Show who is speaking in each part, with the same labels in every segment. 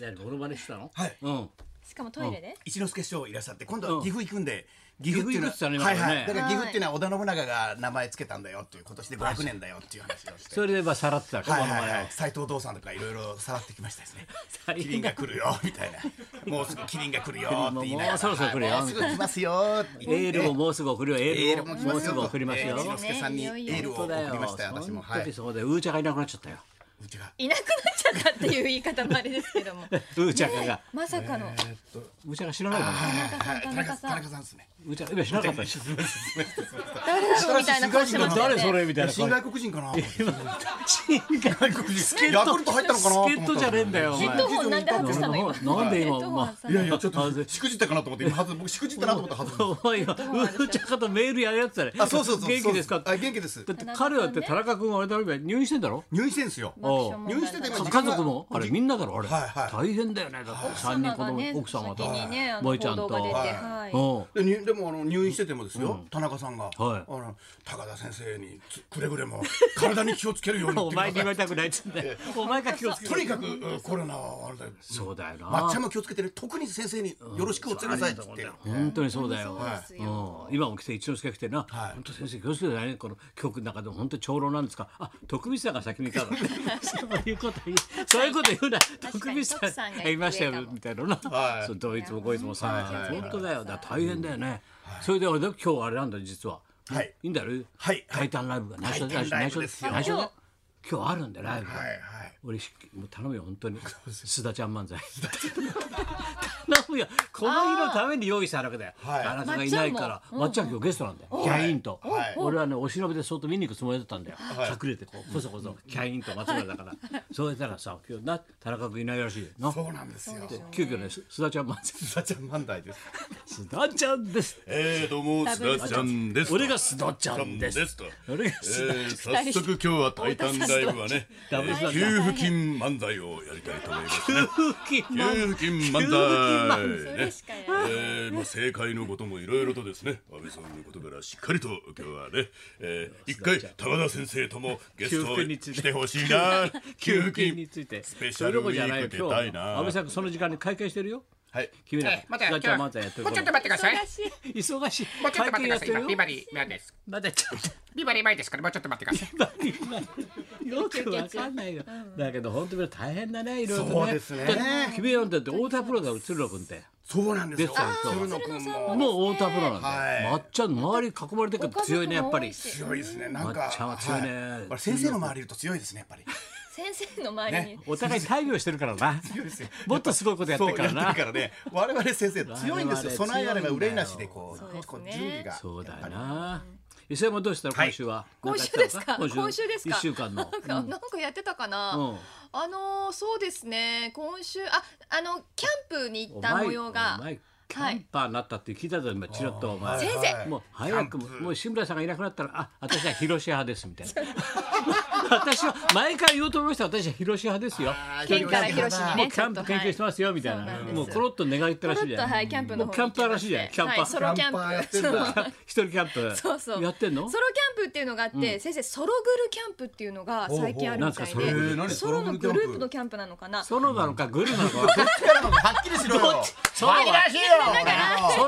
Speaker 1: 何モノマネしてたの
Speaker 2: はい
Speaker 1: うん
Speaker 3: しかもトイレで
Speaker 2: 一之輔師匠いらっしゃって今
Speaker 1: う
Speaker 2: 度は
Speaker 1: ん
Speaker 2: 岐阜行くんで、岐阜っていうのは
Speaker 1: 岐阜行くって言ってたね
Speaker 2: はいはい
Speaker 1: 今ね
Speaker 2: だから岐阜っていうのは織田信長が名前つけたんだよっていう今年で500年だよっていう話をして
Speaker 1: それでまあさらってた
Speaker 2: はい
Speaker 1: モノ
Speaker 2: は
Speaker 1: マ
Speaker 2: い
Speaker 1: ネ
Speaker 2: は
Speaker 1: を
Speaker 2: い斎藤道さんとかいろいろさらってきましたですね
Speaker 1: 最
Speaker 2: キリンが来るよみたいなもうすぐキリンが来るよって言いながら
Speaker 1: もうそろそろ来るよ
Speaker 2: はいもうすぐ来ますよって言って
Speaker 1: エールももうすぐ送るよエ
Speaker 2: エ
Speaker 1: ー
Speaker 2: ール
Speaker 1: ルも
Speaker 2: も
Speaker 1: もうすぐ送りますよ
Speaker 2: えー一之輔さんにエ
Speaker 3: ねいよいよ
Speaker 2: ールを
Speaker 1: 本当だよ
Speaker 2: 送りましたよ私も
Speaker 1: その
Speaker 2: は
Speaker 1: 時
Speaker 2: い
Speaker 1: そうだようーちゃんがいなくなっちゃったよ
Speaker 2: うちが
Speaker 3: いなくなっちゃったっていう言い方もあれです けども
Speaker 1: うーちゃんが
Speaker 3: まさかの
Speaker 2: えーっと
Speaker 1: うーちゃんが知らないかな
Speaker 2: はい
Speaker 3: 田
Speaker 2: 田
Speaker 3: 中
Speaker 2: 中
Speaker 3: さ
Speaker 2: さん田
Speaker 3: ん
Speaker 2: 中さんですね
Speaker 1: うーちゃん今知らなかったでしょ
Speaker 3: 誰だろうみたいな顔してましたよ
Speaker 1: 誰そ
Speaker 3: ね
Speaker 1: れみたいな
Speaker 2: 新
Speaker 1: 顔
Speaker 2: 外国人かな
Speaker 1: 新外国人
Speaker 2: 助っ人ヤクルト入ったのかなと思った
Speaker 1: 助っ人じゃねえんだよお
Speaker 3: ヘ
Speaker 1: 前
Speaker 3: ッドホンなんで外したの今
Speaker 1: なんで今
Speaker 3: ヘッドホン外さない
Speaker 2: いやいやちょっとしくじったかなと思って今はず僕しくじったなと思ったはず
Speaker 1: お前がうーちゃんかとメールやるやつだね
Speaker 2: あそうそうそう
Speaker 1: 元気ですか
Speaker 2: あ元気です
Speaker 1: だって彼だって田中君あれだろ今入院してんだろ
Speaker 2: 入院してんですよ
Speaker 3: マクション問題
Speaker 2: 入院してて
Speaker 1: か
Speaker 2: 今
Speaker 1: 家族もあれみんなだろあれ、
Speaker 2: はいは
Speaker 1: 大変だよねだって三人
Speaker 3: 妻
Speaker 1: 子
Speaker 3: が
Speaker 1: 供、
Speaker 3: ね
Speaker 1: 奥様と
Speaker 3: 先にねあの
Speaker 1: 萌えちゃんと
Speaker 3: 報道が出て
Speaker 2: はい
Speaker 3: はい
Speaker 1: お
Speaker 2: でにでもあの入院しててもですよ、田中さんが、
Speaker 1: はい
Speaker 2: あの高田先生につくれぐれも体に気をつけるように 言
Speaker 1: お
Speaker 2: って
Speaker 1: 前に言
Speaker 2: く
Speaker 1: わ
Speaker 2: だ
Speaker 1: れたくないっつってお前が気をつけ
Speaker 2: さいと
Speaker 1: ろ
Speaker 2: にかくうんコロナはあれだよ
Speaker 1: そうだよな
Speaker 2: 抹茶も気をつけてね特に先生によろしくお伝えなさいって言ってる、
Speaker 1: 本当にそうだよ、
Speaker 3: そうですよ
Speaker 1: うん、今も来て一之輔来てな、
Speaker 2: はい
Speaker 1: 本当先生気をつけてねこの曲の中でも本当に長老なんですかあ徳光さんが先にいたのそういうこと言うそういうこと言うな
Speaker 3: 確
Speaker 1: 徳
Speaker 3: かに
Speaker 1: 光さ
Speaker 3: 徳さん
Speaker 1: ん
Speaker 3: が
Speaker 1: がいましたよ
Speaker 3: 言ってたもん
Speaker 1: みたいなな、
Speaker 2: はい
Speaker 1: そうどいつもこいつもさ、
Speaker 2: はい
Speaker 1: 本当だよだから大変だよね、それで俺だ今日あれなんだ実は、
Speaker 2: はい
Speaker 1: いいんだろ
Speaker 2: はい
Speaker 1: タイタンライブが内緒で
Speaker 2: タイタンライ
Speaker 1: 内
Speaker 2: ブ
Speaker 1: 緒で
Speaker 2: ですよ
Speaker 1: 内緒で今日あるんだよライブが
Speaker 2: はいはい
Speaker 1: 俺ひもう頼むよ本当 に須田ちゃん 漫才頼むよこの日のために用意したわけだよ、
Speaker 2: はい
Speaker 1: あなたがいないからまっちゃん今日ゲストなんだよキャインと、
Speaker 2: はい
Speaker 1: 俺はねお忍びで相当見に行くつもりだったんだよ、隠れてこうこそこそキャインと松村だから、そうやったらさ今日な田中君いないらしいよな
Speaker 2: そうなんですよ
Speaker 1: 急遽ねす須田ちゃん漫才
Speaker 2: 須田ちゃん漫才です
Speaker 1: 須田ちゃんです
Speaker 4: えー、どうも、須田ちゃんです。
Speaker 1: 俺が須田ちゃんです
Speaker 4: と。
Speaker 1: 俺が
Speaker 4: え
Speaker 1: 須田
Speaker 4: ー、早速今日はタイタンライブはね、え
Speaker 1: ダブルス
Speaker 4: ー、
Speaker 1: だ
Speaker 4: 給付金漫才をやりたいと思いますね。
Speaker 1: 給付金漫
Speaker 4: 給付金漫
Speaker 3: そ
Speaker 4: 才
Speaker 3: れ
Speaker 4: ね
Speaker 3: し。かや
Speaker 4: えー、まあ政界のこともいろいろとですね、安倍さんのことからしっかりと今日はね、えー、一回高田先生ともゲストに来てほしいな。
Speaker 1: 給
Speaker 4: 給
Speaker 1: 付
Speaker 4: 付
Speaker 1: 金に
Speaker 4: 金
Speaker 1: ついて
Speaker 4: スペシャルウィーク出たいな。
Speaker 1: 安倍さんその時間に会見してるよ
Speaker 4: はい。
Speaker 1: 君ら
Speaker 5: ええまだ
Speaker 1: 須田ちゃん漫才やってる
Speaker 5: もうちょっと待ってください。
Speaker 3: 忙しい
Speaker 1: 忙しい
Speaker 5: もうちょっ
Speaker 1: 会見
Speaker 5: と待って
Speaker 1: や
Speaker 5: くだ
Speaker 1: っ
Speaker 5: さ
Speaker 1: て
Speaker 5: い。今
Speaker 1: る
Speaker 5: ビ
Speaker 1: よ
Speaker 5: バリー前です。
Speaker 1: まだちょっと
Speaker 5: ビバリー前ですからもうちょっと待ってください。
Speaker 1: バリバリよくわかんないよ。だけど本当に大変だね、いろいろとね。
Speaker 2: そうですね
Speaker 1: だって君なんだって太田プロだよ、鶴野君って。
Speaker 2: そうなんですよ
Speaker 1: ゲストに
Speaker 2: 鶴野くんも
Speaker 1: もう太田プロなんだ
Speaker 2: は
Speaker 1: よ。
Speaker 2: い
Speaker 1: まっちゃん周り囲まれてるけど強いね、やっぱり。
Speaker 3: 先
Speaker 2: 強いですねなん
Speaker 1: ま
Speaker 2: か
Speaker 1: っちゃんは強いね
Speaker 2: はやっぱり先生の周りいると強いですねやっぱり
Speaker 3: 生の周りに
Speaker 1: お互い大病してるからな。もっとすごいことやって
Speaker 2: そう
Speaker 1: るから
Speaker 2: やっ
Speaker 1: な
Speaker 2: て。るからね我々先生強いんですよ
Speaker 1: 我々強いんだよ
Speaker 2: 備えあれば憂いなしでこ
Speaker 3: そうです
Speaker 2: うこう
Speaker 3: ね
Speaker 2: 準備が
Speaker 1: そうだよな。伊勢山どうしたの今週は。
Speaker 3: 今週ですか
Speaker 1: なんやってたの
Speaker 3: 今週ですか
Speaker 1: 一週間の
Speaker 3: なん。かなんかやってたかな、
Speaker 1: うん
Speaker 3: あのーそうですね今週ああのキャンプに行った模様
Speaker 1: お
Speaker 3: が
Speaker 1: 前キャンパーになったって聞いたぞ、今、チラッとお前。
Speaker 3: 先生、
Speaker 1: もう早くももう志村さんがいなくなったら「あ私は広島派です」 みたいな私は前から言おうと思いました私は広島派ですよ
Speaker 3: 県から広島
Speaker 1: もう
Speaker 3: ね
Speaker 1: キャン
Speaker 3: ち
Speaker 1: プ
Speaker 3: ょっと
Speaker 1: 研
Speaker 3: はい
Speaker 1: 究してますよみたいな
Speaker 3: そうなんです
Speaker 1: もうコロッと寝返ったらしいじ
Speaker 3: ちょ
Speaker 1: ゃ
Speaker 3: っと
Speaker 1: な
Speaker 3: はいいキャンプの
Speaker 1: もう
Speaker 3: 方
Speaker 1: キャンパーらしいじゃないキャンパ
Speaker 3: はい、ソロキャ
Speaker 2: キャ
Speaker 3: ンプ
Speaker 2: ンパーやってんだ
Speaker 1: 一人キャンプ
Speaker 3: そうそう
Speaker 1: やってんの
Speaker 3: ソロキャンプっていうのがあって、先生ソログルキャンプっていうのが最近あるみたい
Speaker 1: ほうほう
Speaker 3: で
Speaker 1: なん
Speaker 2: すかソログルへー何
Speaker 3: ソロの
Speaker 2: ソ
Speaker 3: グ
Speaker 2: ログルキャンプ
Speaker 3: ループのキャンプなのかな
Speaker 1: ソロなのかグルなのか分かんない
Speaker 2: はっきりしろよ
Speaker 1: ソロは
Speaker 5: しいよ。
Speaker 1: ソ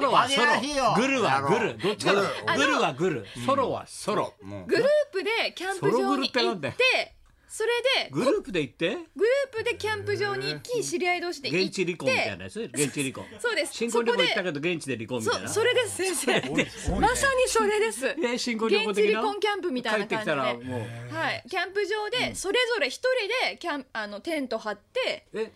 Speaker 1: ロはソ
Speaker 2: 紛らわしいよ
Speaker 1: ログルはグルどっちかだ
Speaker 2: グ
Speaker 1: グルはグルソロはソロ
Speaker 3: グループでキャンプ
Speaker 1: ソロ
Speaker 3: 場
Speaker 1: グルっ
Speaker 3: に
Speaker 1: てな
Speaker 3: 行
Speaker 1: ん
Speaker 3: っ
Speaker 1: だよ
Speaker 3: てそれで
Speaker 1: グループで行って
Speaker 3: グループでキャンプ場に行き知り合い同士で行って
Speaker 1: 現地離婚みたいなやつ現地離婚
Speaker 3: そうです
Speaker 1: 新婚旅
Speaker 3: そ
Speaker 1: 行
Speaker 3: こで
Speaker 1: 行ったけど現地で離婚みたい
Speaker 3: そ
Speaker 1: な
Speaker 3: それです先生まさにそれです
Speaker 1: えー新婚旅行
Speaker 3: 現
Speaker 1: 的
Speaker 3: 地
Speaker 1: な
Speaker 3: 離婚キャンプみたい
Speaker 1: 帰
Speaker 3: な
Speaker 1: って
Speaker 3: 感
Speaker 1: き
Speaker 3: じ
Speaker 1: たら
Speaker 3: で
Speaker 1: もう
Speaker 3: はい、キャンプ場でそれぞれ一人でキャンあのテント張って
Speaker 1: え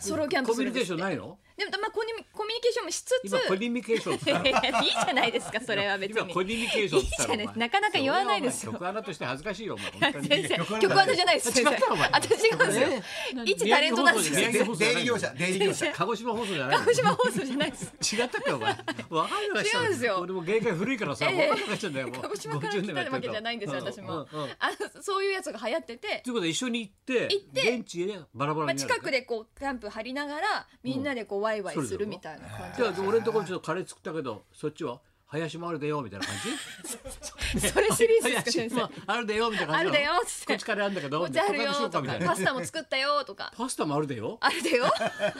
Speaker 3: ソロキャンプ
Speaker 1: コ
Speaker 3: す
Speaker 1: ミュ
Speaker 3: る
Speaker 1: ニケ
Speaker 3: ん
Speaker 1: ーショ
Speaker 3: ですっ
Speaker 1: ン
Speaker 3: て
Speaker 1: ないの
Speaker 3: でも、まあ、コミュニコミュニケーションもしつつ
Speaker 1: 今コミュニケーションっつった
Speaker 3: いやいやいいじゃないですかそれは別に
Speaker 1: 今コミュニケーションっつったろ
Speaker 3: いいじゃない
Speaker 1: お前
Speaker 3: なかなか言わないですよ
Speaker 1: それはお前曲穴として恥ずかしいよお前 本当に
Speaker 3: 先生曲穴じゃないです先生
Speaker 1: 違ったお前
Speaker 3: 私違うんですよ一タレントなんです
Speaker 1: 宮
Speaker 3: よ
Speaker 1: 城
Speaker 2: 出
Speaker 1: 放送じゃない
Speaker 2: 入り業者出入り業者
Speaker 1: 鹿児島放送じゃない
Speaker 3: 鹿児島放送じゃないです
Speaker 1: 違ったかお前わかんない
Speaker 3: 違うんですよ
Speaker 1: 俺も芸界古いからさわかん
Speaker 3: ええ
Speaker 1: なくなっちゃうんだよもう
Speaker 3: 鹿児島から
Speaker 1: 50
Speaker 3: 来
Speaker 1: 年もやってる
Speaker 3: たわ
Speaker 1: と
Speaker 3: けじゃないんですよ私
Speaker 1: うんう
Speaker 3: も
Speaker 1: んうん
Speaker 3: あのそういうやつが流行ってて
Speaker 1: ということで一緒に行って
Speaker 3: 行って
Speaker 1: 現地でバラバ
Speaker 3: ま
Speaker 1: ラ
Speaker 3: あ、
Speaker 1: になる
Speaker 3: 近くでこうキャンプ張りながらみんなでこうワイワイするみたいな感じ
Speaker 1: じゃあ俺のところちょっとカレー作ったけどそっちは林回るでよみたいな感じ
Speaker 3: それシリーズ
Speaker 1: い
Speaker 3: で
Speaker 1: や
Speaker 3: すか先
Speaker 1: 新
Speaker 3: 生
Speaker 1: 聞あるだよみたいな感じなの
Speaker 3: あるだよっつって
Speaker 1: こっちからあるんだけど
Speaker 3: お茶あるよ
Speaker 1: どうか
Speaker 3: とか
Speaker 1: みたいな
Speaker 3: パスタも作ったよとか
Speaker 1: パスタもあるだよ
Speaker 3: あるだよ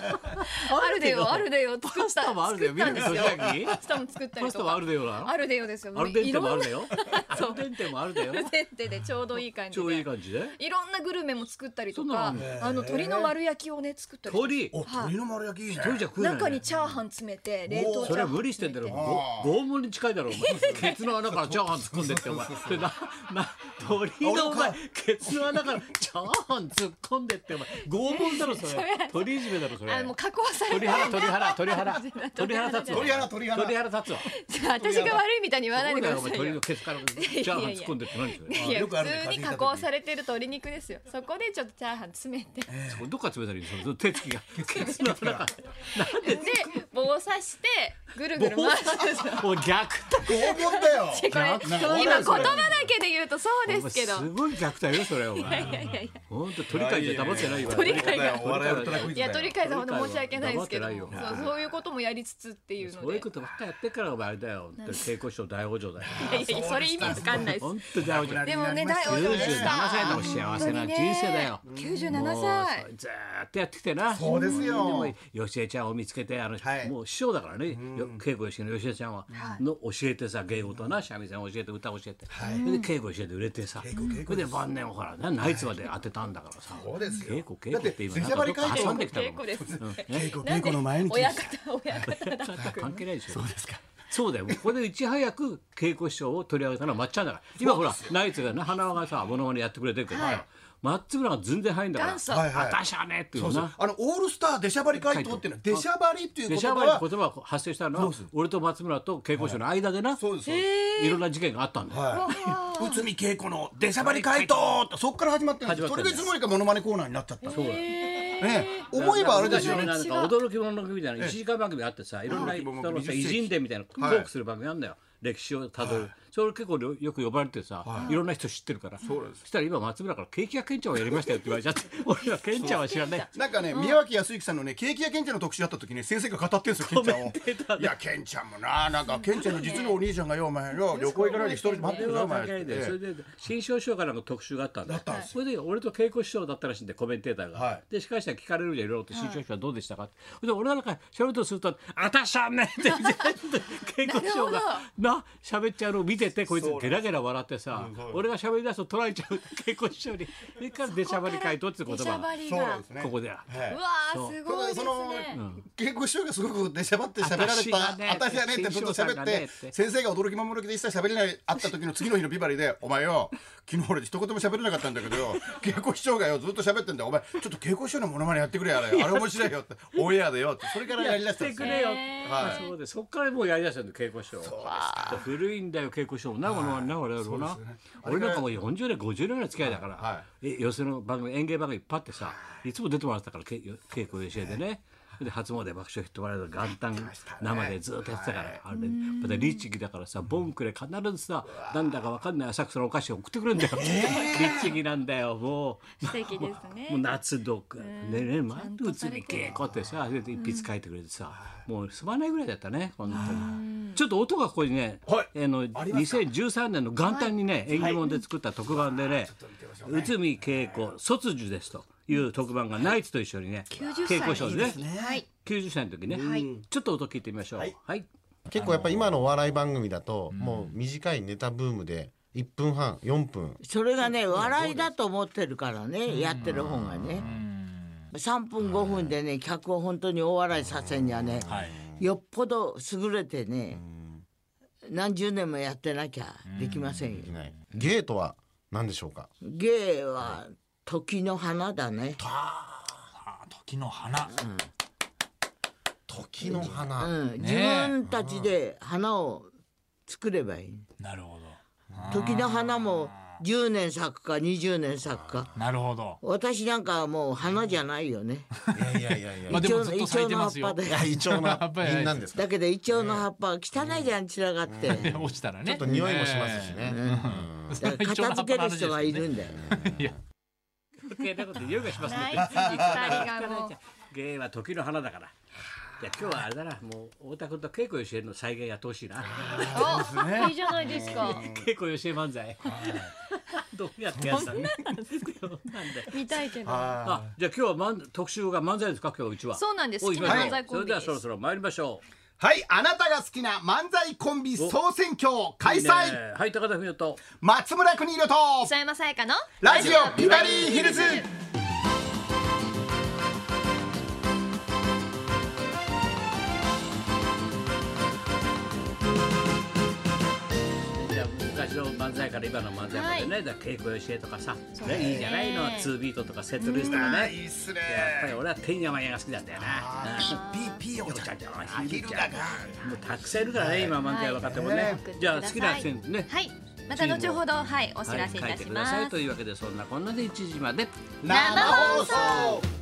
Speaker 3: あるだよあるだよ作った
Speaker 1: パスタもあるだよ
Speaker 3: 作ったんですよ
Speaker 1: 南利明
Speaker 3: パスタも作ったりとか
Speaker 1: パスタもあるだよな
Speaker 3: あるだよですよ
Speaker 1: アルデンテもあるだ
Speaker 3: よ
Speaker 1: よアルデンテもあるだよ
Speaker 3: アルデンテでちょうどいい感じ
Speaker 1: 超いい
Speaker 3: で
Speaker 1: 感じで
Speaker 3: いろんなグルメも作ったりと
Speaker 1: そんな
Speaker 3: か
Speaker 1: のあ
Speaker 3: あの鶏の丸焼きをね作ったりとか
Speaker 1: 鳥
Speaker 2: お、
Speaker 3: はい
Speaker 2: 鶏の丸焼きいいね。
Speaker 1: 鳥じゃ食えないね
Speaker 3: 中にチャーハン詰めて冷凍チャーハン
Speaker 1: それは無理してんだろ
Speaker 3: 詰め
Speaker 2: あー
Speaker 1: ご拷問に近いだろお 前ケツの穴からチャーハン突っ込んでってお前それなな鳥のお前ケツの穴からチャーハン突っ込んでってお前拷問だろそれ鳥いじめだろそれ
Speaker 3: あもう加工され
Speaker 1: 鳥
Speaker 3: て
Speaker 1: 肌鳥肌鳥肌鳥肌立つわ
Speaker 2: 鳥肌鳥肌
Speaker 1: 鳥肌立つわ
Speaker 3: 私が悪いみたいに言わないでくだ
Speaker 1: お
Speaker 3: さ
Speaker 1: 前
Speaker 3: い
Speaker 1: 鳥の
Speaker 3: よ
Speaker 1: ケツからチャーハン突っ込んでって何それ
Speaker 3: いや
Speaker 2: よ
Speaker 3: 普
Speaker 2: くあるね
Speaker 3: 通に加工されてる鶏肉ですよそこでちょっとチャーハン詰め て
Speaker 1: そこどっから詰めたらいいのそのその手つ きがケツの穴から
Speaker 3: で棒刺してぐるぐる回すんですよ
Speaker 1: もう虐待
Speaker 2: 拷問だよ。
Speaker 3: これ
Speaker 1: なんか
Speaker 3: 今言葉だけで言うとそうですけど
Speaker 1: お前すごい虐待よそれお前
Speaker 3: いやいやいや
Speaker 1: 本当鳥飼いじゃ黙ってないよ
Speaker 3: 鳥飼いが
Speaker 2: お笑いウルトラクイ
Speaker 3: い
Speaker 2: ズだ
Speaker 3: や
Speaker 2: よ。
Speaker 3: 取り返さんほど申し訳ないですけど
Speaker 1: 黙っ
Speaker 3: そ
Speaker 1: てな
Speaker 3: うそういうこともやりつつっていうの
Speaker 1: そうい
Speaker 3: で
Speaker 1: うことばっかやってっからお前あれだよ本当に稽古師匠大往 生だよ
Speaker 3: いやいやいやそれ意味わかんないです
Speaker 1: 本当に大往生
Speaker 3: でもね大
Speaker 1: 97
Speaker 3: 王でした
Speaker 1: 歳でも幸せな人生だよ
Speaker 3: 97
Speaker 1: も
Speaker 3: 歳
Speaker 1: うずーっとやってきてな
Speaker 2: そうですよ
Speaker 1: でもよしえちゃんを見つけてあの、
Speaker 2: はい
Speaker 1: もう師匠だからねよ稽古よしのよしえちゃんは、の教えてさ芸事な三味線教えて歌教えて、それで稽古教えて売れてさそれで晩年ほらねナイツまで当てたんだからさ、
Speaker 2: そうですよ
Speaker 1: 稽古稽古って今
Speaker 2: だ
Speaker 1: な
Speaker 2: っ
Speaker 1: ん
Speaker 2: て
Speaker 1: かどっか
Speaker 2: 拙
Speaker 1: 挟
Speaker 2: 者張り
Speaker 1: んできた
Speaker 3: 稽
Speaker 1: の
Speaker 3: 古ですね
Speaker 2: 稽古稽古の前に
Speaker 3: 親方親方 だ
Speaker 1: 関係ないでしょそうですかそうだよここでいち早く稽古師匠を取り上げたのはまっちゃんだから今ほらナイツがな花輪がさモノマネやってくれてるけど、
Speaker 3: はい
Speaker 1: マッツブラが全然早いんだから
Speaker 3: 元祖
Speaker 1: あ 私 はねっていうのな
Speaker 2: あのオールスター出しゃばり回答っていうのは出しゃばりっていう
Speaker 1: で
Speaker 2: 言
Speaker 1: シャ
Speaker 2: 葉
Speaker 1: バリの
Speaker 2: は
Speaker 1: 言葉が発生したのは俺と松村と稽古師匠の間でな、い、
Speaker 2: そうですそうです。
Speaker 1: ろんな事件があったんだよ、
Speaker 2: はい。内海稽古の出しゃばり回答とそこから始まってるんですよ。
Speaker 1: 始ま
Speaker 2: そ
Speaker 1: って
Speaker 2: れ
Speaker 1: んで
Speaker 2: ですいつの間にかモノマネコーナーになっちゃった。
Speaker 1: そうだよ
Speaker 2: ねえ思えばあれですよ
Speaker 1: 昔
Speaker 2: ね。
Speaker 1: のなんか
Speaker 3: 違う
Speaker 1: 驚き物のみたいな1時間番組あってさいろんな人のさ偉人伝みたいなトークする番組あんだよ歴史をたどるそれ結構よよく呼ばれてさいろんな人知ってるからそしたら今松村からケーキ屋ケンちゃんをやりましたよって言われちゃって俺はケンちゃんは知らない
Speaker 2: なんかね、宮脇康之さんのね、ケーキ屋ケンちゃんの特集あった時に先生が語ってるんですよ、ケンちゃん を。いや、ケンちゃんもな、なんかケンちゃんの実のお兄ちゃんがよ、お前よ、旅行行かないで一人で待ってるぞ、お前
Speaker 1: 関係ない。でそれで新庄師匠からの特集があったんだよ
Speaker 2: たんです
Speaker 1: それで俺と稽古師匠だったらしいんでコメンテーターが、
Speaker 2: はい
Speaker 1: で司会者に聞かれるじゃんいろいろと新庄師匠はどうでしたかって、それで俺なんか喋るとすると「あたしゃんね」って稽古師匠がな喋っちゃうのを見ててこいつゲラゲラ笑ってさ、俺が喋り出すと取られちゃう稽古師匠にそれから出しゃばり回答って言
Speaker 3: 出しゃ
Speaker 1: 葉
Speaker 3: ば
Speaker 1: が
Speaker 3: り
Speaker 2: そうな
Speaker 3: が
Speaker 2: んですね。
Speaker 1: ここでは。
Speaker 2: は
Speaker 3: う
Speaker 2: い
Speaker 3: わーす
Speaker 2: そ
Speaker 3: ごいです
Speaker 2: その
Speaker 3: ね
Speaker 2: 稽古師匠がすごく出しゃばって喋られた
Speaker 1: 私がね
Speaker 2: 私やねってずっ
Speaker 1: 新庄
Speaker 2: と喋って
Speaker 1: さんがねって
Speaker 2: 先生が驚きまもろきで一切喋れないあった時の次の日のビバリで「お前よ昨日俺一言も喋れなかったんだけ どよ稽古師匠がよずっと喋ってんだよお前ちょっと稽古師匠のモノマネやってくれやあれあれ面白いよ」って「オンエアでよ」ってそれからやりだした
Speaker 1: て
Speaker 2: んです
Speaker 1: く
Speaker 2: よ
Speaker 1: れよ、
Speaker 2: はい
Speaker 1: そうでそっからもうやりだしたんだよ稽古師匠古いんだよ稽古師匠もなこのな我々もな、俺なんかもう40年50年ぐらい付き合いだから、
Speaker 2: は
Speaker 1: え寄席の番組演芸番組いっぱいあってさいつも出てもらってたからけ稽古教えでねで初詣爆笑ヒットワールド元旦生でずっとやってたから、あれまたリッチギだからさボンクレ必ずさなんだかわかんない浅草のお菓子を送ってくるんだよ、リッチギなんだよもう
Speaker 3: 素敵ですね
Speaker 1: もう夏どっかねねま
Speaker 3: ん
Speaker 1: ん
Speaker 3: と
Speaker 1: と
Speaker 3: さ
Speaker 1: うつ
Speaker 3: れてる
Speaker 1: み稽古ってさそれで一筆書いてくれてさもうすまないぐらいだったね本当にちょっと音がここにね
Speaker 2: はい
Speaker 1: あの2013年の元旦にね縁起物で作った特番でね「内海稽古卒樹です」という特番がナイツと一緒にね
Speaker 3: 90
Speaker 1: 稽古賞でね
Speaker 3: はい
Speaker 1: 90歳の時ねちょっと音聞いてみましょうはい
Speaker 6: 結構やっぱ今のお笑い番組だともう短いネタブームで1分半4分
Speaker 7: それがね笑いだと思ってるからねやってる方がね3分5分でね客を本当に大笑いさせんにはねよっぽど優れてね何十年もやってなきゃできませんよ
Speaker 6: いないゲートは何でしょうか
Speaker 7: 芸は時の花だね
Speaker 8: 時の花
Speaker 6: 時の
Speaker 7: う
Speaker 6: 花
Speaker 7: ん自分たちで花を作ればいい
Speaker 8: なるほど
Speaker 7: 時の花も10年咲くか20年咲くか
Speaker 8: なるほど
Speaker 7: 私なんかはもう花じゃないよね
Speaker 6: いやいやいやい や
Speaker 8: まあでもずっと咲いてます
Speaker 7: イチョウの葉っぱ
Speaker 8: よ
Speaker 7: で
Speaker 6: いやイチョウの
Speaker 8: やっぱり
Speaker 6: 瓶なんですか
Speaker 7: だけどイチョウの葉っぱは汚いじゃん散らがって、
Speaker 8: いや落ちたらね
Speaker 6: ちょっと匂いもしますしね
Speaker 7: だ から片付ける人がいるんだよ、
Speaker 1: 余計なこと言うがします
Speaker 3: ナイス二人がもう
Speaker 1: 芸は時の花だからいや今日はあれだなもう太田君と稽古よしえの再現やってほしいな
Speaker 3: あ、いいじゃないで すか。
Speaker 1: 稽古よしえ漫才どうやってやってたのなんで
Speaker 3: 見たいけど。
Speaker 1: あじゃあ今日はまん特集が漫才ですか今日うちは
Speaker 3: そうなんです
Speaker 1: お行きましょう
Speaker 3: 好きな漫才コンビ
Speaker 1: はいそれではそろそろ参りましょう
Speaker 2: はい、あなたが好きな漫才コンビ総選挙開
Speaker 1: いいね
Speaker 2: 催
Speaker 1: はい高田文夫と
Speaker 2: 松村邦洋と
Speaker 3: 磯山さやかの
Speaker 2: ラジオビバリーヒルズ
Speaker 1: じゃあ昔の漫才から今の漫才までね、だから稽古よしえとかさ、
Speaker 3: そうですね
Speaker 1: ね、いいじゃないの2ビートとかセットリストがね、
Speaker 2: いいっすね
Speaker 1: やっぱり俺は天山屋が好きなんだよな。
Speaker 2: ピーピー
Speaker 1: お
Speaker 2: お
Speaker 1: ち
Speaker 2: ち
Speaker 1: ゃ
Speaker 2: ゃ
Speaker 1: ん
Speaker 2: ん
Speaker 1: ち
Speaker 2: ち
Speaker 1: ゃ
Speaker 2: ゃ
Speaker 1: ん
Speaker 2: ん
Speaker 1: ひるがもうたくさんいるからね、今満開分かってもね。
Speaker 3: はい
Speaker 1: じゃあ好きな選手ね。
Speaker 3: はい。また後ほどはいお知
Speaker 1: は
Speaker 3: ら
Speaker 1: い
Speaker 3: せい
Speaker 1: 書い
Speaker 3: た
Speaker 1: て
Speaker 3: し
Speaker 1: くださ
Speaker 3: ま
Speaker 1: い
Speaker 3: す
Speaker 1: と。いうわけでそんなこんなで1時まで。
Speaker 2: 生放送